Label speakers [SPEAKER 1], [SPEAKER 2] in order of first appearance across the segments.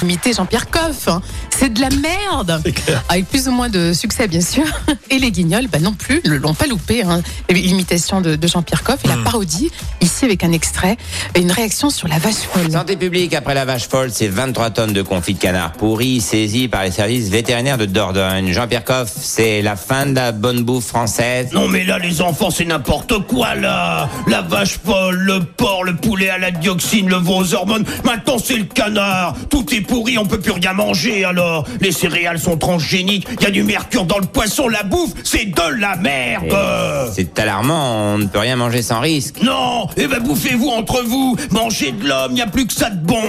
[SPEAKER 1] imiter Jean-Pierre Coff. hein. C'est de la merde. Avec plus ou moins de succès, bien sûr. Et les guignols, bah non plus, ne l'ont pas loupé. hein. L'imitation de, de Jean-Pierre Coff
[SPEAKER 2] Hmm.
[SPEAKER 1] et la parodie, ici avec un extrait et une réaction sur la vache folle.
[SPEAKER 3] Santé publique après la vache folle, c'est 23 tonnes de confit de canard pourri saisies par les services vétérinaires de Dordogne. Jean-Pierre Coff, c'est la fin de la bonne bouffe française.
[SPEAKER 4] Non mais là les enfants c'est n'importe quoi là La vache folle, le porc, le poulet à la dioxine, le veau aux hormones, maintenant c'est le canard Tout est pourri, on peut plus rien manger alors Les céréales sont transgéniques, il y a du mercure dans le poisson, la bouffe c'est de la merde
[SPEAKER 3] C'est alarmant, on ne peut rien manger sans risque.
[SPEAKER 4] Non, eh ben bouffez-vous entre vous, mangez de l'homme, y a plus que ça de bon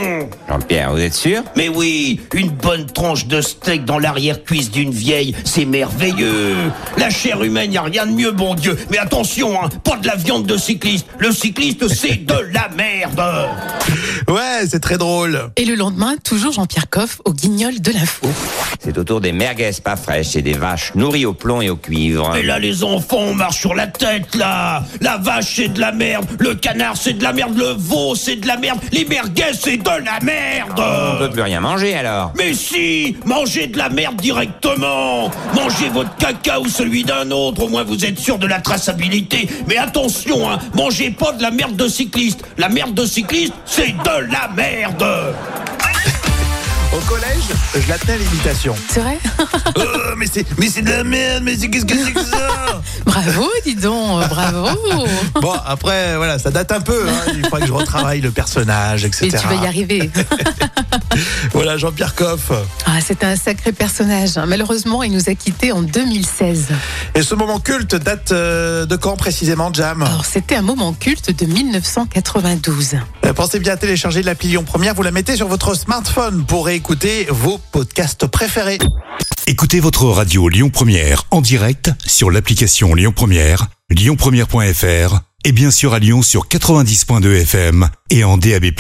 [SPEAKER 3] Jean-Pierre, vous êtes sûr
[SPEAKER 4] Mais oui, une bonne tranche de steak dans l'arrière-cuisse d'une vieille, c'est merveilleux. La chair humaine, y a rien de mieux, bon Dieu. Mais attention, hein, pas de la viande de cycliste. Le cycliste, c'est de la merde.
[SPEAKER 2] Ouais, c'est très drôle.
[SPEAKER 1] Et le lendemain, toujours Jean-Pierre Coff au guignol de l'info.
[SPEAKER 3] C'est autour des merguez pas fraîches et des vaches nourries au plomb et au cuivre.
[SPEAKER 4] Et là, les enfants, on marche sur la tête, là. La vache, c'est de la merde. Le canard, c'est de la merde. Le veau, c'est de la merde. Les merguez, c'est de la
[SPEAKER 3] On ne peut
[SPEAKER 4] merde.
[SPEAKER 3] plus rien manger alors.
[SPEAKER 4] Mais si, mangez de la merde directement. Mangez votre caca ou celui d'un autre, au moins vous êtes sûr de la traçabilité. Mais attention, hein, mangez pas de la merde de cycliste. La merde de cycliste, c'est de la merde.
[SPEAKER 2] Au collège, je la tenais à l'imitation.
[SPEAKER 1] C'est vrai
[SPEAKER 2] Euh, mais c'est, mais c'est de la merde, mais c'est, qu'est-ce que c'est que ça
[SPEAKER 1] Bravo, dis donc, euh, bravo.
[SPEAKER 2] Bon, après, voilà, ça date un peu. hein. Il faudrait que je retravaille le personnage, etc.
[SPEAKER 1] Et tu vas y arriver.
[SPEAKER 2] Voilà, Jean-Pierre Coff.
[SPEAKER 1] Ah, c'est un sacré personnage. hein. Malheureusement, il nous a quittés en 2016.
[SPEAKER 2] Et ce moment culte date euh, de quand précisément, Jam
[SPEAKER 1] Alors, c'était un moment culte de 1992.
[SPEAKER 2] Euh, Pensez bien à télécharger l'appli Lyon Première. Vous la mettez sur votre smartphone pour réécouter vos podcasts préférés.
[SPEAKER 5] Écoutez votre radio Lyon Première en direct sur l'application Lyon Première, lyonpremière.fr et bien sûr à Lyon sur 90.2 FM et en DAB+.